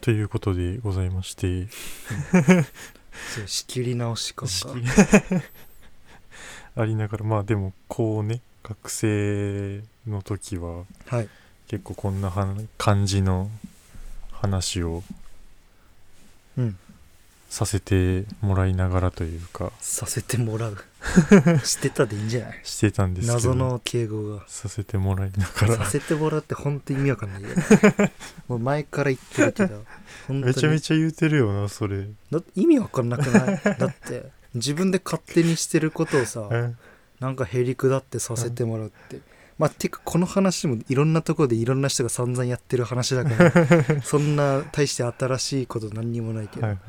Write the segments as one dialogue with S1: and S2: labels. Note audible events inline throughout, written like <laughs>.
S1: ということでございまして
S2: そう仕切り直し感
S1: 仕
S2: が
S1: 切りありながら <laughs> まあでもこうね学生の時は
S2: はい
S1: 結構こんなはん感じの話を
S2: うん
S1: させてもらいながらというか
S2: させてもら <laughs> うしてたでいいんじゃない
S1: してたんですけど
S2: 謎の敬語が
S1: させてもらいなが
S2: さ
S1: ら
S2: せてもらうって本当意味わかんないよ
S1: <laughs>
S2: もう前から言ってるけど本当
S1: めちゃめ
S2: ち
S1: ちゃ言うてるよなそれ
S2: ゃ意味わかんなくないだって自分で勝手にしてることをさ
S1: うん
S2: なんかへりくだってさせてもらうってまあてかこの話もいろんなところでいろんな人が散々やってる話だから
S1: <laughs>
S2: そんな大して新しいこと何にもないけど、
S1: はいはい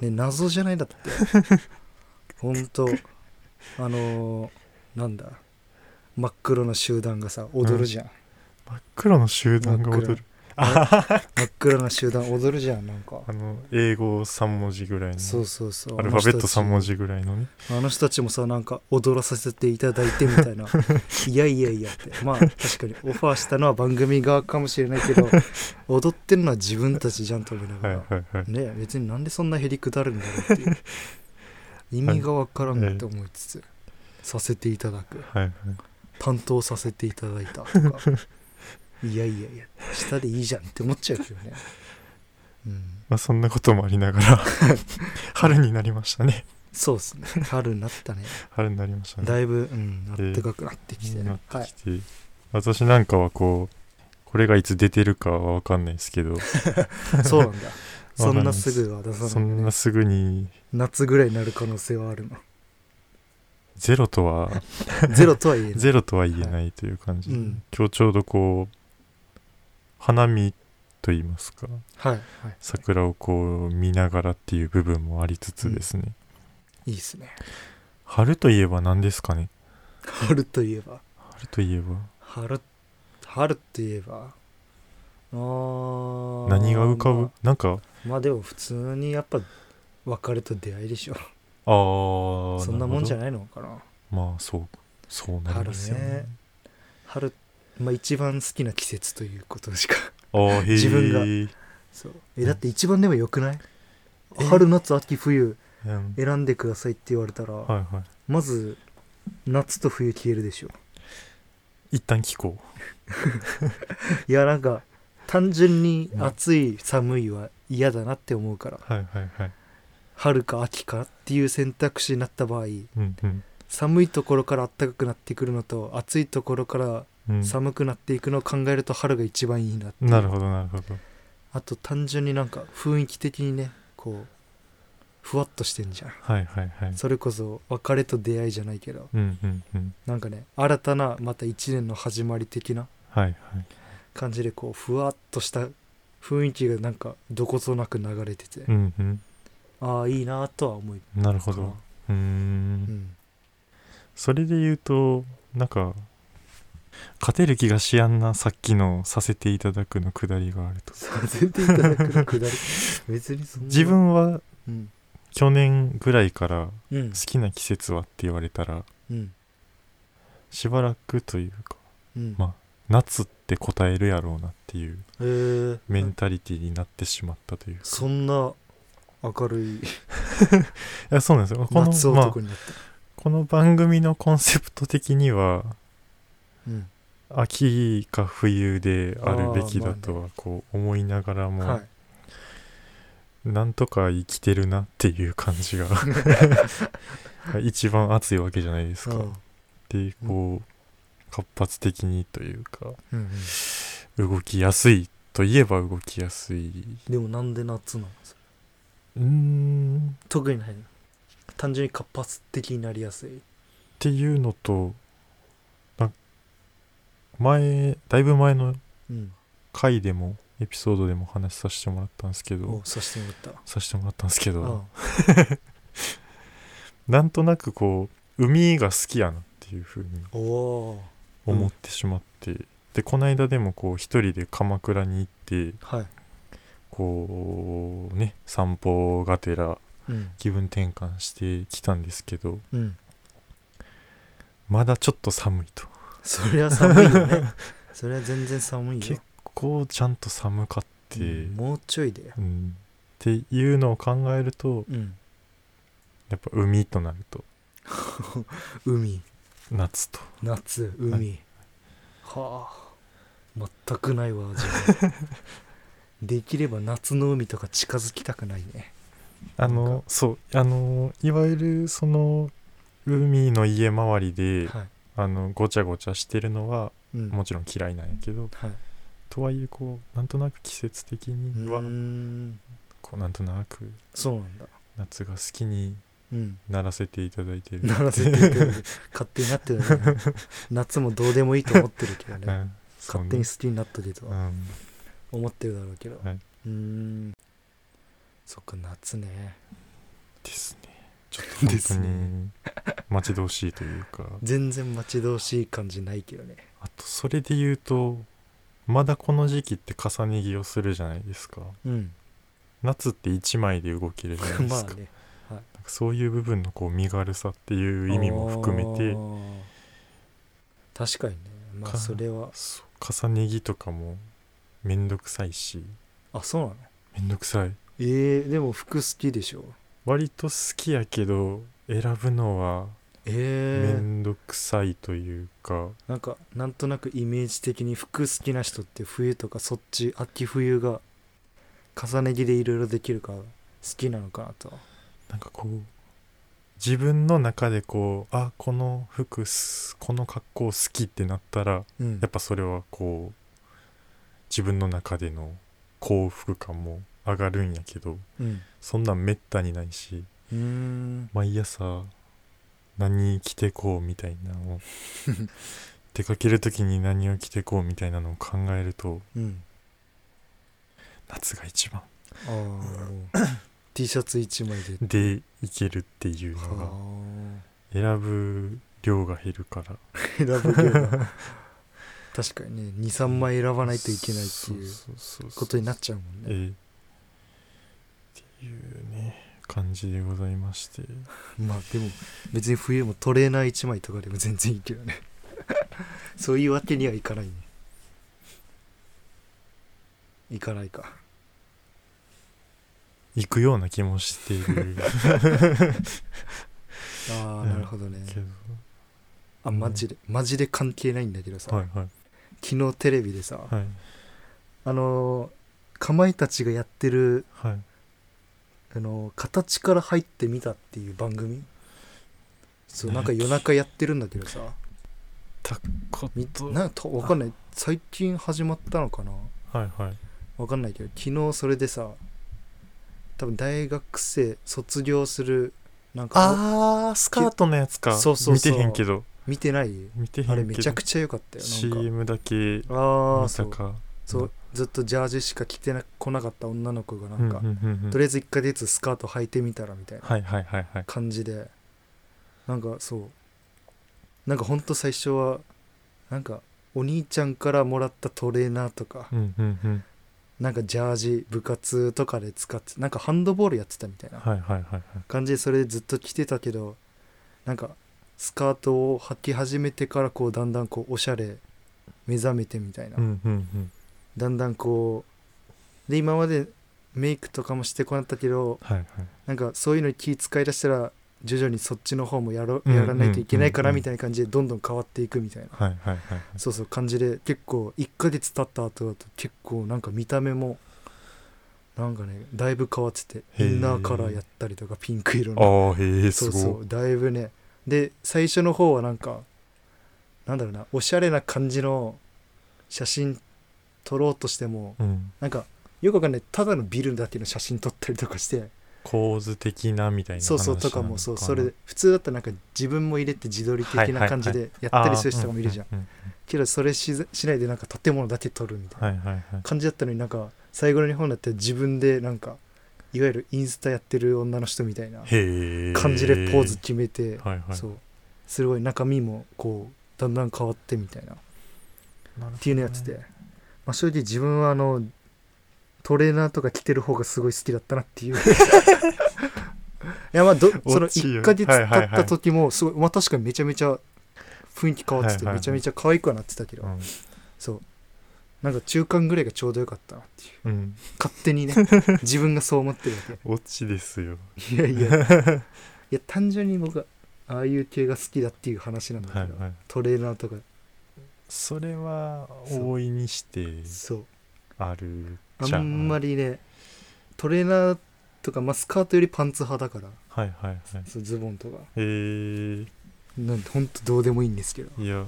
S2: ね謎じゃないだって
S1: <laughs>
S2: ほんとあのーなんだ真っ黒の集団がさ踊るじゃん、
S1: 真っ黒の集団が踊
S2: 真っ
S1: る
S2: 黒
S1: あ
S2: 真っ黒な集団踊るじゃんなんか
S1: あの英語3文字ぐらい
S2: そう
S1: の
S2: そうそう
S1: アルファベット
S2: さ
S1: 3
S2: ん
S1: 文字ぐらいのね
S2: あの人たちもさなんか踊らさせていただいてみたい
S1: <laughs>
S2: ないやいやいやってまあ確かにオファーしたのは番組側かもしれな
S1: <laughs>
S2: いけど踊ってるのは自分たちじゃんと思いなが
S1: はい
S2: ら、
S1: はいはい
S2: ね別になんでそんなへりくだるんだろう
S1: <laughs>
S2: っていう意味がわからんって思いつつ、させていただく
S1: はいはい
S2: 担当させていただいたと
S1: <laughs>
S2: かいやいやいや下でいいじゃんって思っちゃうけどねうん
S1: まあそんなこともありながら
S2: <laughs>
S1: 春になりましたね
S2: そうですね春になったね
S1: 春になりましたね
S2: だいぶ、うん、あったかくなってきて
S1: な
S2: ね
S1: っ、
S2: は
S1: て
S2: い
S1: きて、私なんかはこうこれがいつ出てるかは分かんないですけど
S2: そう
S1: <laughs>
S2: なんだ。そんなす
S1: わ
S2: ぐは出さ
S1: そ
S2: ない、
S1: んなすぐに
S2: 夏ぐらいになる可能性はあるの。
S1: ゼロとは
S2: ゼロとは言えない。
S1: <laughs> ゼロとは言えないという感じで、
S2: うん
S1: 今日ちょうどこう花見と言いますか
S2: はい。は
S1: 桜をこう見ながらっていう部分もありつつですね、
S2: い、いいですね。
S1: 春といえば何ですかね
S2: 春といえば。
S1: 春といえば
S2: 春、春といえば。あー
S1: 何が浮かぶ、
S2: ま
S1: なんか
S2: あ、まあでも普通にやっぱ別れと出会いでしょ。
S1: あー
S2: そんなもんじゃ
S1: な
S2: ないのかな。
S1: いまあそうそうなりますよね
S2: 春ね春、まあ一番好きな季節ということしか。
S1: あーへえ
S2: 自分がそう。え、だって一番でもよくない
S1: え
S2: 春、夏、秋、冬
S1: うん、
S2: 選んでくださいって言われたら、
S1: はいはい
S2: まず夏と冬消えるでしょ <laughs>
S1: 一旦聞こ
S2: いやなんか単純に暑い寒いは嫌だなって思うから
S1: うはいはいはい
S2: 春か秋かっていう選択肢になった場合
S1: うんうん
S2: 寒いところから暖かくなってくるのと暑いところから
S1: うん
S2: 寒くなっていくのを考えると春が一番いいなっていう
S1: なるほどなるほど
S2: あと単純になんか雰囲気的にねこうふわっとしてんじゃん
S1: はいはいはい
S2: それこそ別れと出会いじゃないけど
S1: うんうんうん
S2: なんかね新たなまた一年の始まり的な
S1: はいはい
S2: 感じでこうふわっとした雰囲気がなんかどことなく流れてて、
S1: うんうん
S2: ああいいなとは思い
S1: なるほ
S2: かな
S1: どうーん
S2: うん、
S1: それで言うとなんか勝てる気がしやんなさっきのさせていただくのくだりがあると
S2: させていただくのくだり別にそんな
S1: 自分は
S2: うん
S1: 去年ぐらいから
S2: うん
S1: 好きな季節はって言われたら
S2: うん
S1: しばらくというか
S2: うん
S1: まあ夏って答えるやろうなっていう
S2: えー、
S1: メンタリティになってしまったという
S2: そんな明るい
S1: いやそうなんですよこ
S2: 夏
S1: の,、まあ
S2: 男、になった、
S1: この番組のコンセプト的には
S2: うん
S1: 秋か冬であるべきだ
S2: あー
S1: とはこう思いながらも、
S2: はい
S1: なんとか生きてるなっていう感じ
S2: <laughs>
S1: が一番熱いわけじゃないですか。でこう活発的にというか
S2: うんうん、
S1: 動きやすいといえば動きやすい
S2: でもなんで夏なのそれ
S1: うーんっ
S2: 特にないの単純に活発的になりやすい
S1: ていうのとな前だいぶ前の
S2: うん
S1: 回でもエピソードでもお話しさせてもらったんですけど
S2: おさしてもらった
S1: させてもらったんですけど
S2: あ
S1: なんとなくこう海が好きやなっていう風に
S2: あおー
S1: 思ってしまって、でこの間でもこう一人で鎌倉に行って
S2: はい、
S1: こうね散歩がてら
S2: うん
S1: 気分転換してきたんですけど
S2: うん、
S1: まだちょっと寒いと <laughs>
S2: そりゃ寒いよねそれは全然寒いよ
S1: 結構ちゃんと寒かって、
S2: もうちょいで
S1: うん、っていうのを考えると
S2: うん
S1: やっぱ海となると
S2: 海
S1: 夏と
S2: 夏海はあ全くないわ自
S1: <laughs>
S2: 分できれば夏の海とか近づきたくないね
S1: あ
S2: なん
S1: のそうあのいわゆるその海の家周りで、
S2: は、
S1: あのごちゃごちゃしてるのはい
S2: うん、
S1: もちろん嫌いなんやけど
S2: はい
S1: とはいえこうなんとなく季節的
S2: う
S1: には、
S2: ーん
S1: こうなんとなく
S2: そうなんだ
S1: 夏が好きに
S2: うん
S1: ならせていただいてる
S2: ならせていただいて勝手にな
S1: <laughs>
S2: ってるね夏もどうでもいいと思ってるけど
S1: う
S2: ね
S1: んそう
S2: 勝
S1: ね
S2: 手に好きになったでと
S1: う
S2: は
S1: ん
S2: 思ってるだろうけど、
S1: はいう
S2: ーんそっか夏ね
S1: <laughs> ですねちょっ
S2: で
S1: と
S2: す
S1: 本当
S2: ね
S1: に待ち遠しいというか
S2: 全然待ち遠しい感じないけどね
S1: あとそれで言うとまだこの時期って重ね着をするじゃないですか
S2: うん
S1: 夏って1枚で動けるじゃないで
S2: <laughs> ますあ
S1: か,、
S2: ね
S1: そういう部分のこう身軽さっていう意味も含めて
S2: あー確かにねまあ
S1: か
S2: それは
S1: そう重ね着とかもめんどくさいし
S2: あそうなの
S1: めんどくさい
S2: えー、でも服好きでしょ
S1: 割と好きやけど選ぶのはめ
S2: えー、
S1: んどくさいというか、
S2: なんかなんとなくイメージ的に服好きな人って冬とかそっち秋冬が重ね着でいろいろできるから好きなのかなとは
S1: なんかこう自分の中でこうあこの服すこの格好好きってなったら
S2: うん
S1: やっぱそれはこう自分の中での幸福感も上がるんやけど
S2: うん
S1: そんなんめったにないし
S2: うーん
S1: 毎朝何着てこうみたいな
S2: <laughs>
S1: のを出かける時に何を着てこうみたいなのを考えると
S2: うん
S1: 夏が一番
S2: ああ T シャツ1枚で
S1: でいけるっていうのが
S2: は
S1: 選ぶ量が減るから
S2: あ選ぶ量が確かにね23枚選ばないといけないっていう
S1: そうそうそうそう
S2: ことになっちゃうもん
S1: え
S2: ね
S1: えっていうね感じでございま
S2: <laughs>
S1: して
S2: まあでも別に冬もトレーナー1枚とかでも全然いいけどね <laughs> そういうわけにはいかないねいかないか
S1: 行くような気もしている
S2: ああ
S1: うん
S2: なるほどね
S1: けど、
S2: あマジでマジで関係ないんだけどさ、
S1: はいはい
S2: 昨日テレビでさ
S1: はい
S2: あのーかまいたちがやってる
S1: はい
S2: あの形から入ってみたっていう番組そうな
S1: なんんか
S2: か夜中やってるんだけどさ
S1: こ
S2: みなんかわかんない最近始まったのかな
S1: はいはい
S2: わかんないけど昨日それでさ多分大学生卒業するなんか
S1: あースカートのやつか
S2: そうそうそう
S1: 見てへんけど
S2: 見てない
S1: 見てへんけ
S2: あ
S1: ど
S2: れめちゃくちゃ良かったよなんか
S1: CM だけ
S2: ああ
S1: ま
S2: そ
S1: さ
S2: う
S1: か
S2: そうずっとジャージしか着てな来なかった女の子がなんか、
S1: うんうんうんうん
S2: とりあえず一回ずつスカート履いてみたらみたいな
S1: はいはいはいはい
S2: 感じでなんかそうなんかほんと最初はなんかお兄ちゃんからもらったトレーナーとか、
S1: うんうんうん
S2: なんかジャージ部活とかで使ってなんかハンドボールやってたみたいな
S1: はいはいはいはい
S2: 感じでそれでずっと着てたけどなんかスカートを履き始めてからこうだんだんこうおしゃれ目覚めてみたいな、
S1: うんうんうん
S2: だんだんこうで今までメイクとかもしてこなかったけど
S1: はいはい
S2: なんかそういうのに気使いだしたら徐々にそっちの方もやろ
S1: うん
S2: やらないといけないか
S1: うん
S2: ら
S1: うん
S2: みたいな感じでどんどん変わっていくみたいな、
S1: はいはいはいはい
S2: そうそう感じで結構1ヶ月経った後だと結構なんか見た目もなんかねだいぶ変わってて
S1: へ
S2: イ
S1: ー
S2: ンナーカラーやったりとかピンク色
S1: あ
S2: の
S1: ーへえ
S2: そ
S1: す
S2: うそ
S1: ごいう
S2: だいぶねで最初の方はなんかなんだろうなおしゃれな感じの写真撮ろうとしても
S1: うん
S2: なんかよくわかんないただのビルだけの写真撮ったりとかして
S1: 構図的なみたいな話
S2: そうそうとかもそうそれで普通だったらなんか自分も入れて自撮り的な感じでやったりする人もいるじゃん
S1: ん、うん
S2: けどそれしずしないでなんか建物だけ撮るみたいな
S1: はいはいはい
S2: 感じだったのになんか最後の日本だって自分でなんかいわゆるインスタやってる女の人みたいな
S1: へえ
S2: 感じでポーズ決めて
S1: はいはい
S2: そうすごい中身もこうだんだん変わってみたいなっ
S1: なるほどね
S2: ていうのやっててまあ正直自分はあのトレーナーとか着てる方がすごい好きだった
S1: <laughs>
S2: なっていういやまあどその
S1: 落ちよ
S2: 1ヶ月
S1: はいはい
S2: 経
S1: はい
S2: った時もすごいまあ確かにめちゃめちゃ雰囲気変わって
S1: はい
S2: て
S1: はいはい
S2: めちゃめちゃ可愛くはなってたけど
S1: うん
S2: そうなんか中間ぐらいがちょうどよかったなっていう
S1: うん
S2: 勝
S1: <laughs>
S2: 手にね自分がそう思ってるわ
S1: オチですよ
S2: けいやいやいや単純に僕はああいう系が好きだっていう話なんだけど、
S1: はいはい
S2: トレーナーとか
S1: それは
S2: そう
S1: 大いにして
S2: そう
S1: あるじ
S2: あ
S1: ゃん
S2: んまりねトレーナーとか、まあ、スカートよりパンツ派だから
S1: はいはいはい
S2: そうズボンとか
S1: えー、
S2: なんてほんとどうでもいいんですけど
S1: いや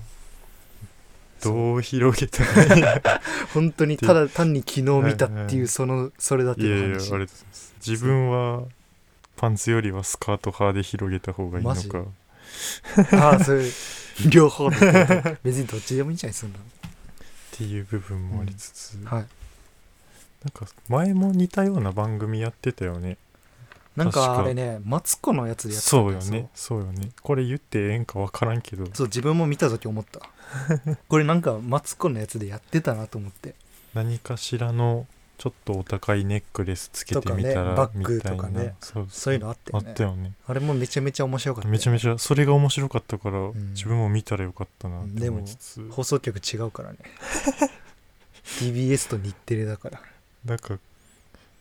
S2: そう
S1: どう広げたらいいいや
S2: <laughs> 本当にただ単に昨日見たって
S1: はい
S2: い
S1: は
S2: う
S1: い
S2: そのそれだけ
S1: いやありが
S2: の
S1: とう
S2: 話
S1: ございます自分はパンツよりはスカート派で広げた方がいいの
S2: マジ
S1: か
S2: <laughs> ああそういう <laughs> 両方ってこと <laughs> 別にどっちでもいいんじゃないそんな
S1: っていう部分もありつつ、
S2: のはい
S1: なんか前も似たような番組やってたよね
S2: なん
S1: 確
S2: か
S1: か
S2: あれねマツコのやつでやってたん
S1: そ
S2: だ
S1: うよねそうよねこれ言ってええんかわからんけど
S2: そう自分も見た時思ったこれなんかマツコのやつでやってたなと思って
S1: 何かしらのちょっとお高いネックレスつけてみた
S2: とかね
S1: ら
S2: バ
S1: み
S2: ッ
S1: たいな、
S2: グとかね
S1: そう
S2: そういうのあった
S1: あ
S2: よ
S1: っ
S2: ね
S1: たよね
S2: あれもめちゃめちゃ面白かったよ
S1: めちゃめちゃそれが面白かったから、
S2: ん
S1: 自分も見たらよかったなって
S2: でも
S1: 思いつつ
S2: 放送局違うからね TBS と日テレだから、
S1: なんか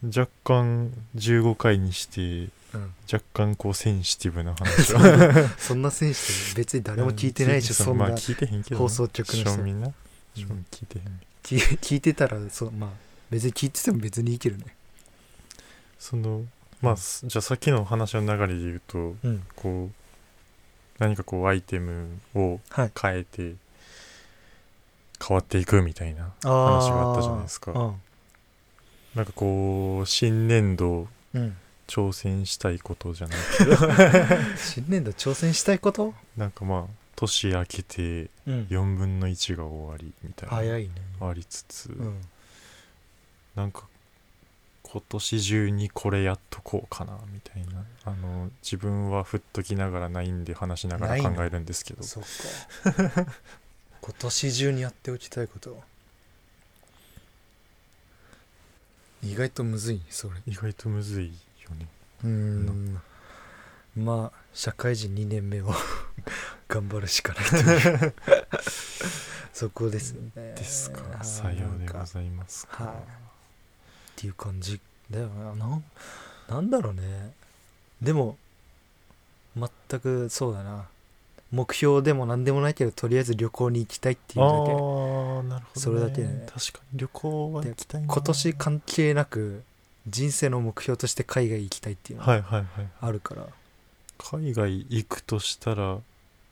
S1: 若干15回にして
S2: うん、
S1: 若干こうセンシティブな
S2: <laughs>
S1: 話を
S2: そんな選手別に誰も聞いてない
S1: <laughs>
S2: でしょそん
S1: ま
S2: な
S1: あ聞いてへんけど
S2: 放送局の人
S1: 庶民な
S2: うん
S1: 庶民聞いてへん、
S2: 聞い聞いてたらそうまあ別に聞いてても別にいいけどね
S1: そのまあすじゃあさっきの話の流れで言うと
S2: うん
S1: こう何かこうアイテムを
S2: はい
S1: 変えて変わっていくみたいな
S2: あ
S1: 話があったじゃないですか
S2: か
S1: なんかこう新年度
S2: うん、うん、
S1: 挑戦したいことじゃない
S2: 新年度挑戦したいこと
S1: なんかまあ年明けて
S2: うん
S1: 4分の1が終わりみたいな
S2: 早いね
S1: ありつつ、
S2: うん
S1: なんか今年中にこれやっとこうかなみたいなあの自分は振っときながらないんで話しなが
S2: な
S1: ら
S2: いの
S1: 考えるんですけど
S2: そっか
S1: <laughs>
S2: 今年中にやっておきたいこと意外とむずいねそれ
S1: 意外とむずいよね
S2: うーんまあ社会人2年目を <laughs> 頑張るしかないという
S1: <laughs>
S2: そこですよね
S1: ですか、
S2: はい
S1: さよう
S2: な
S1: で
S2: ん
S1: ご
S2: かっ
S1: ざいますか、
S2: はいていう感じだよななんなんだろうねでも全くそうだな目標でも何でもないけどとりあえず旅行に行きたいってい
S1: あ
S2: う
S1: あ
S2: だけ
S1: ーなるほど、ね、
S2: それだけね
S1: 確かに旅行は行きたいな
S2: 今年関係なく人生の目標として海外行きたいっていうのが
S1: はいはいはい
S2: あるから、
S1: 海外行くとしたら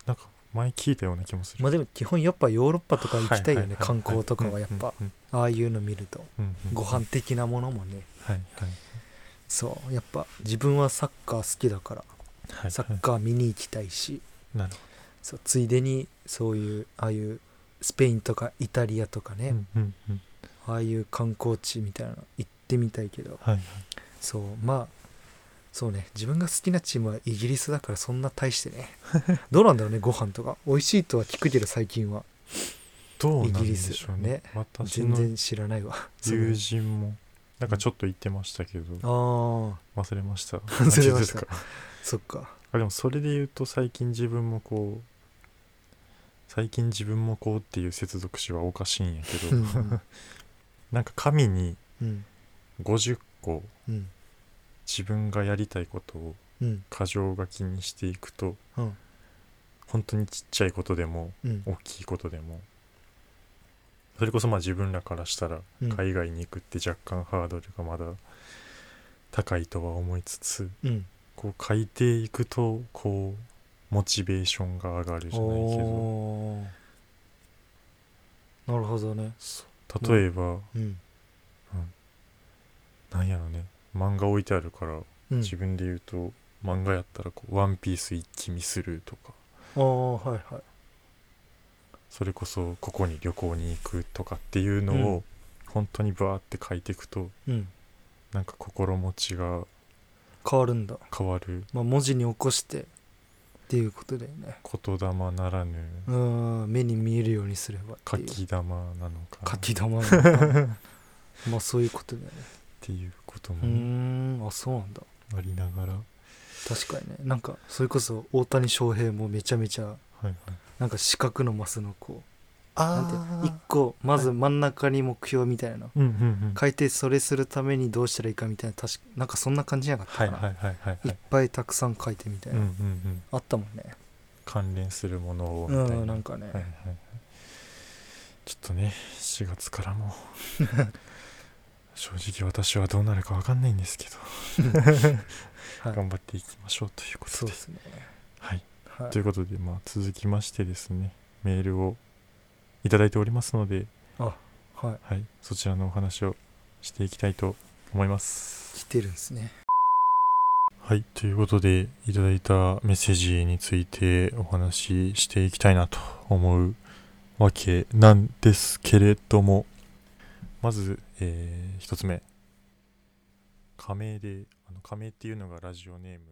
S1: なんか前聞いたような気もする
S2: まあでも基本やっぱヨーロッパとか行きたいよね、
S1: ははは
S2: 観光とかはやっぱ、
S1: うん
S2: ああいうの見ると
S1: うんうんうん
S2: ご飯的なものもね
S1: はいはい
S2: そうやっぱ自分はサッカー好きだから、
S1: はいはい
S2: サッカー見に行きたいし
S1: なるほ
S2: そうついでにそういうああいうスペインとかイタリアとか
S1: ど
S2: ね、
S1: うんうんうん
S2: ああいう観光地みたいなの行ってみたいけど
S1: はいはい
S2: そうまあそうね自分が好きなチームはイギリスだからそんな大して
S1: <laughs>
S2: ねどうなんだろうねご飯とか美味しいとは聞くけど最近は
S1: どうなんでしょう
S2: イギ
S1: ね
S2: リ
S1: 私
S2: 全
S1: の
S2: 然知らないわそ
S1: 友
S2: う
S1: 人もなんかちょっと言ってましたけど
S2: あ
S1: 忘れました
S2: <laughs> 忘れました
S1: あそうですか
S2: あそっか
S1: あでもそれで言うと最近自分もこう最近自分もこうっていう接続詞はおかしいんやけ
S2: う
S1: ど
S2: んうん
S1: なんか紙に
S2: うん
S1: 50個
S2: うん
S1: 自分がやりたいことを
S2: うん
S1: 箇条書きにしていくと
S2: うん
S1: 本当にちっちゃいことでも
S2: うん
S1: 大きいことでもそれこそまあ自分らからしたら
S2: うん
S1: 海外に行くって若干ハードルがまだ高いとは思いつつ
S2: うん
S1: こう書いていくとこうモチベーションが上がるじゃないけど
S2: おーなるほどね
S1: そう例えば、
S2: うん
S1: なんやろね漫画置いてあるから
S2: うん
S1: 自分で言うと、漫画やったらこう「ワンピース一気見するとか
S2: ああはいはい
S1: それこそここに旅行に行くとかっていうのを本当にバーって書いていくと
S2: うん
S1: なんか心持ちが
S2: 変わるんだ
S1: 変わる
S2: まあ文字に起こしてっていうことだよね
S1: 言霊ならぬ
S2: うーん目に見えるようにすればって
S1: 書
S2: いう
S1: き玉なのか
S2: 書
S1: なっ
S2: き玉なのかまあそういうことだよね
S1: ていうこと
S2: うー
S1: も
S2: んあそうなんだ
S1: ありながら、
S2: 確かにねなんかそれこそ大谷翔平もめちゃめちゃ
S1: はいはい、
S2: なんか四角のマスのこうなんていう
S1: あ
S2: の一個まず真ん中に目標みたいなの、
S1: うんうんうん
S2: 書いてそれするためにどうしたらいいかみたいな確かなんかそんな感じじゃなかっ
S1: は
S2: たか
S1: い
S2: な、
S1: はいはいはい
S2: い
S1: は
S2: っ
S1: い
S2: ぱいたくさん書いてみたい
S1: うんう
S2: な、
S1: んうん
S2: あったもんね
S1: 関連するものをみたいな,、
S2: うんなんかね、
S1: はいはいはいちょっとね4月から
S2: <laughs>
S1: も正直私はどうなるかわかんないんですけど、
S2: <laughs> はい
S1: 頑張っていきましょうということ
S2: そう
S1: で
S2: ですね
S1: はい、
S2: はい
S1: ということで、まあ、続きましてですねメールをいただいておりますので、
S2: はい
S1: はい、そちらのお話をしていきたいと思います
S2: 来てるんですね
S1: はい、ということで、いただいたメッセージについてお話ししていきたいなと思うわけなんですけれども、まず、え1つ目。仮名で、あの仮名っていうのがラジオネーム